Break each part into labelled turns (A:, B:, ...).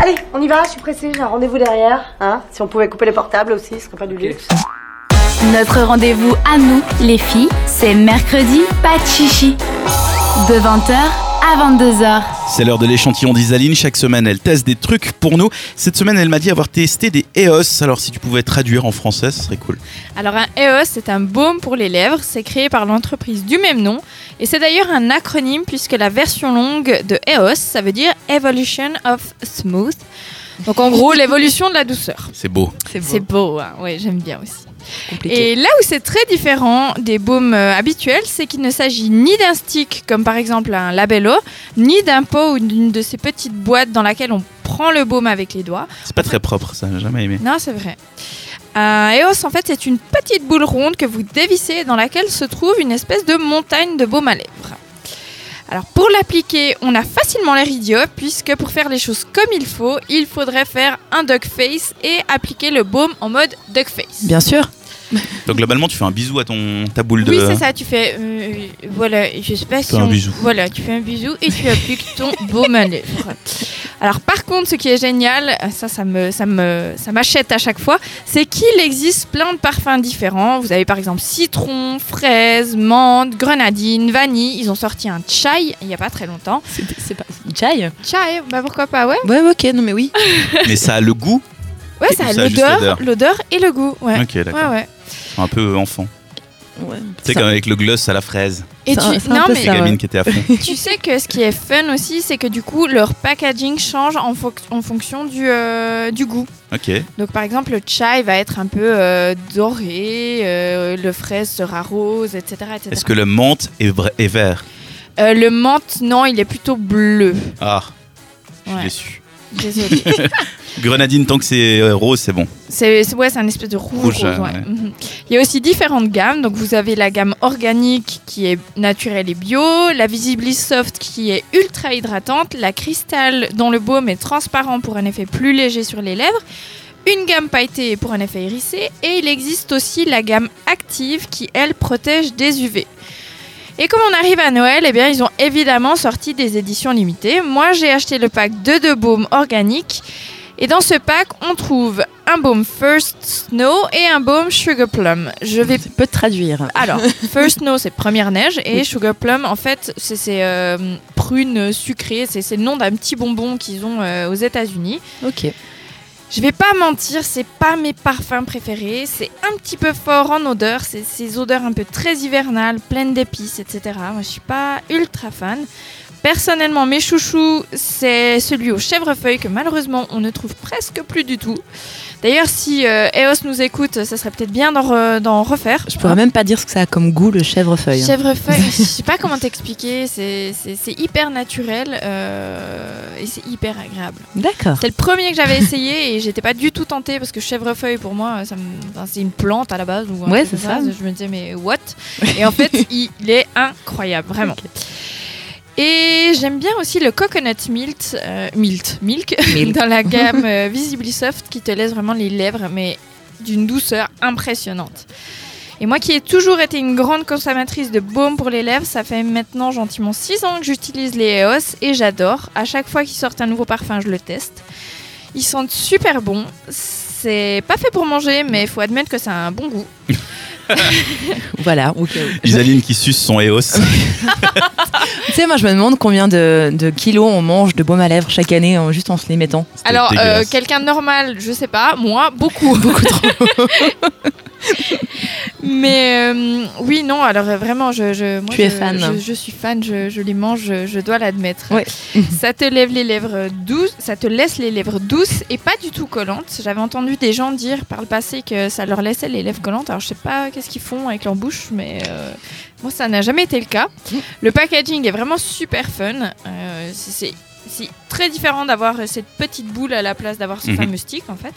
A: Allez, on y va, je suis pressée, j'ai un rendez-vous derrière. Hein si on pouvait couper les portables aussi, ce serait pas du luxe.
B: Notre rendez-vous à nous, les filles, c'est mercredi, pas de chichi. De 20h à 22h.
C: C'est l'heure de l'échantillon d'Isaline. Chaque semaine, elle teste des trucs pour nous. Cette semaine, elle m'a dit avoir testé des EOS. Alors, si tu pouvais traduire en français, ce serait cool.
D: Alors un EOS, c'est un baume pour les lèvres, c'est créé par l'entreprise du même nom, et c'est d'ailleurs un acronyme puisque la version longue de EOS, ça veut dire Evolution of Smooth. Donc en gros, l'évolution de la douceur.
C: C'est beau.
D: C'est beau, hein. ouais, j'aime bien aussi. Et là où c'est très différent des baumes euh, habituels, c'est qu'il ne s'agit ni d'un stick, comme par exemple un labello, ni d'un pot ou d'une de ces petites boîtes dans laquelle on prend le baume avec les doigts.
C: C'est pas très propre, ça. J'ai jamais aimé.
D: Non, c'est vrai. Un EOS, en fait, c'est une petite boule ronde que vous dévissez et dans laquelle se trouve une espèce de montagne de baume à lèvres. Alors, pour l'appliquer, on a facilement l'air idiot, puisque pour faire les choses comme il faut, il faudrait faire un duck face et appliquer le baume en mode duck face.
E: Bien sûr.
C: Donc, globalement, tu fais un bisou à ton, ta boule de.
D: Oui, c'est ça, tu fais. euh, voilà, je sais pas si.
C: un
D: on-
C: bisou.
D: Voilà, tu fais un bisou et tu appliques ton baume à lèvres. Alors, par contre, ce qui est génial, ça, ça me, ça me, ça m'achète à chaque fois, c'est qu'il existe plein de parfums différents. Vous avez par exemple citron, fraise, menthe, grenadine, vanille. Ils ont sorti un chai il y a pas très longtemps.
E: C'est pas. Chai
D: Chai, bah pourquoi pas, ouais.
E: Ouais, ok, non, mais oui.
C: Mais ça a le goût.
D: Ouais,
C: C'est
D: ça a
C: comme ça, juste l'odeur.
D: l'odeur, l'odeur et le goût, ouais.
C: Ok, d'accord.
D: Ouais, ouais.
C: Un peu enfant.
E: Ouais.
C: Tu sais, comme avec le gloss à la fraise.
D: Et
E: C'est un- c'est
D: tu,
E: un
D: non,
E: peu
D: mais
C: Les
E: ça,
C: gamines
E: ouais.
C: qui étaient à fond.
D: tu sais que ce qui est fun aussi, c'est que du coup, leur packaging change en, foc- en fonction du, euh, du goût.
C: Ok.
D: Donc par exemple, le chai va être un peu euh, doré, euh, le fraise sera rose, etc. etc.
C: Est-ce que le menthe est, vrai- est vert
D: Euh, le menthe, non, il est plutôt bleu.
C: Ah, je suis
D: Ouais,
C: déçu.
D: désolé.
C: Grenadine, tant que c'est euh, rose, c'est bon.
D: C'est c'est- ouais, c'est un espèce de rouge.
C: Rouge,
D: rose, ouais.
C: ouais.
D: Mhm. Il y a aussi différentes gammes. Donc vous avez la gamme organique qui est naturelle et bio, la Visibly Soft qui est ultra hydratante, la Cristal dont le baume est transparent pour un effet plus léger sur les lèvres, une gamme pailletée pour un effet hérissé et il existe aussi la gamme Active qui elle protège des UV. Et comme on arrive à Noël, eh bien, ils ont évidemment sorti des éditions limitées. Moi, j'ai acheté le pack de deux baumes organiques et dans ce pack, on trouve un baume First Snow et un baume Sugar Plum. Je vais.
E: Tu peux te traduire.
D: Alors, First Snow, c'est première neige, et Sugar Plum, en fait, c'est c'est, euh, prune sucrée. C'est c'est le nom d'un petit bonbon qu'ils ont euh, aux États-Unis.
E: Ok.
D: Je vais pas mentir, c'est pas mes parfums préférés. C'est un petit peu fort en odeur. C'est ces odeurs un peu très hivernales, pleines d'épices, etc. Moi, je suis pas ultra fan. Personnellement, mes chouchous, c'est celui au chèvrefeuille que malheureusement on ne trouve presque plus du tout. D'ailleurs, si euh, EOS nous écoute, ça serait peut-être bien d'en re- d'en refaire.
E: Je pourrais même pas dire ce que ça a comme goût le chèvrefeuille.
D: Chèvrefeuille, je sais pas comment t'expliquer, c'est c'est- c'est hyper naturel euh, et c'est hyper agréable.
E: D'accord.
D: C'est le premier que j'avais essayé et j'étais pas du tout tentée parce que chèvrefeuille pour moi, ça me- enfin, c'est une plante à la base. Ou un
E: Ouais,
D: truc
E: c'est
D: comme
E: ça.
D: Je me disais, mais what Et en fait, il est incroyable, vraiment. Et j'aime bien aussi le coconut milk, euh, milk, milk,
E: Milk.
D: dans la gamme euh, Visibly Soft qui te laisse vraiment les lèvres, mais d'une douceur impressionnante. Et moi qui ai toujours été une grande consommatrice de baume pour les lèvres, ça fait maintenant gentiment 6 ans que j'utilise les EOS et j'adore. À chaque fois qu'ils sortent un nouveau parfum, je le teste. Ils sentent super bon. C'est pas fait pour manger, mais il faut admettre que ça a un bon goût.
E: Voilà, ok.
C: Isaline qui suce son EOS.
E: tu sais, moi je me demande combien de, de kilos on mange de baume à lèvres chaque année en- juste en se les mettant.
C: C'était
D: Alors, euh,
C: dégueulasse.
D: quelqu'un de normal, je sais pas, moi, beaucoup. beaucoup trop. Mais euh, oui, non, alors euh, vraiment, je, je, moi,
E: Tu es
D: je-
E: fan.
D: Je, je suis fan, je, je les mange, je, je dois l'admettre.
E: Ouais.
D: ça te lève les lèvres douces, ça te laisse les lèvres douces et pas du tout collantes. J'avais entendu des gens dire par le passé que ça leur laissait les lèvres collantes. Alors, je sais pas qu'est-ce qu'ils font avec leur bouche, mais euh, moi, ça n'a jamais été le cas. Le packaging est vraiment super fun. Euh, c'est- c'est c'est très différent d'avoir euh, cette petite boule à la place d'avoir ce
C: Mhm.
D: fameux stick en fait.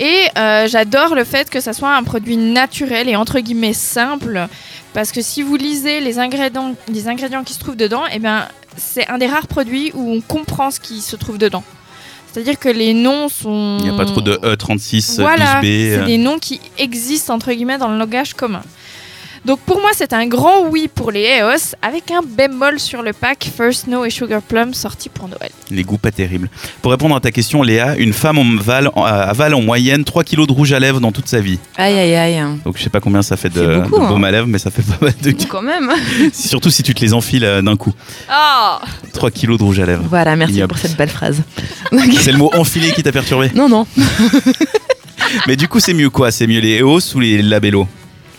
D: Et euh, j'adore le fait que ça soit un produit naturel et entre guillemets simple, parce que si vous lisez les ingrédients, les ingrédients qui se trouvent dedans, eh ben, c'est un des rares produits où on comprend ce qui se trouve dedans. C'est-à-dire que les noms sont...
C: Il n'y a pas trop de E36, 12B.
D: Voilà, c'est
C: euh,
D: des noms qui existent entre guillemets dans le langage commun. Donc pour moi, c'est un grand oui pour les EOS avec un bémol sur le pack First Snow et Sugar Plum sorti pour Noël.
C: Les goûts pas terribles. Pour répondre à ta question, Léa, une femme en avale, en- avale en moyenne 3 kilos de rouge à lèvres dans toute sa vie.
E: Aïe, aïe, aïe.
C: Donc je sais pas combien ça fait de,
E: C'est beaucoup,
C: de baume
E: hein.
C: à lèvres, mais ça fait pas mal de.
E: Quand même.
C: Surtout si tu te les enfiles euh, d'un coup.
D: Ah
C: 3 kilos de rouge à lèvres.
E: Voilà, merci
C: Ignoble.
E: pour cette belle phrase.
C: C'est le mot enfilé qui t'a perturbé.
E: Non, non.
C: Mais du coup, c'est mieux quoi C'est mieux les EOS ou les Labello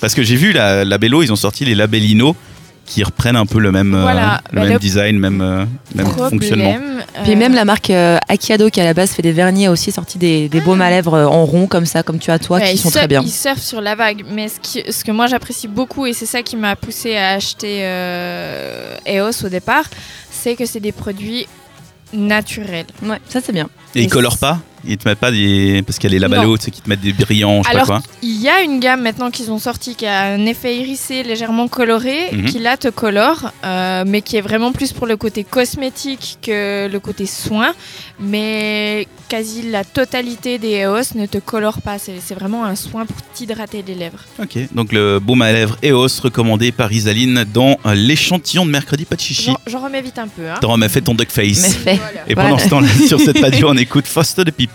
C: Parce que j'ai vu la Labello, ils ont sorti les Labellino qui reprennent un peu le même, euh,
D: Voilà,
C: le
D: bah,
C: même
D: le
C: design, même, euh, même fonctionnement.
D: Problème, euh,
E: Puis même la marque euh, Akiado qui à la base fait des vernis a aussi sorti des, des baumes à lèvres euh, en rond comme ça, comme tu as toi,
D: ouais,
E: qui
D: ils
E: sont
D: sur-
E: très bien.
D: Ils surfent sur la vague, mais ce, qui- ce que moi j'apprécie beaucoup et c'est ça qui m'a poussé à acheter euh, EOS au départ, c'est que c'est des produits naturels.
E: Ouais, ça c'est bien.
C: Et ils colorent pas Ils te mettent pas des. Parce qu'il y a les Labello, tu sais, qui te mettent des brillants, je sais pas
D: Alors
C: quoi.
D: Il y a une gamme maintenant qu'ils ont sorti qui a un effet hérissé légèrement coloré,
C: Mhm.
D: qui là te colore, euh, mais qui est vraiment plus pour le côté cosmétique que le côté soin. Mais quasi la totalité des EOS ne te colore pas. C'est c'est vraiment un soin pour t'hydrater les lèvres.
C: Ok, donc le baume à lèvres EOS recommandé par Isaline dans euh, l'échantillon de mercredi, pas de chichi.
D: J'en- J'en remets vite un peu. Hein.
C: T'auras fait ton duck
E: Mais
C: face.
E: fait.
C: Et pendant
E: Voilà.
C: ce temps-là, sur cette radio, on écoute Foster the People.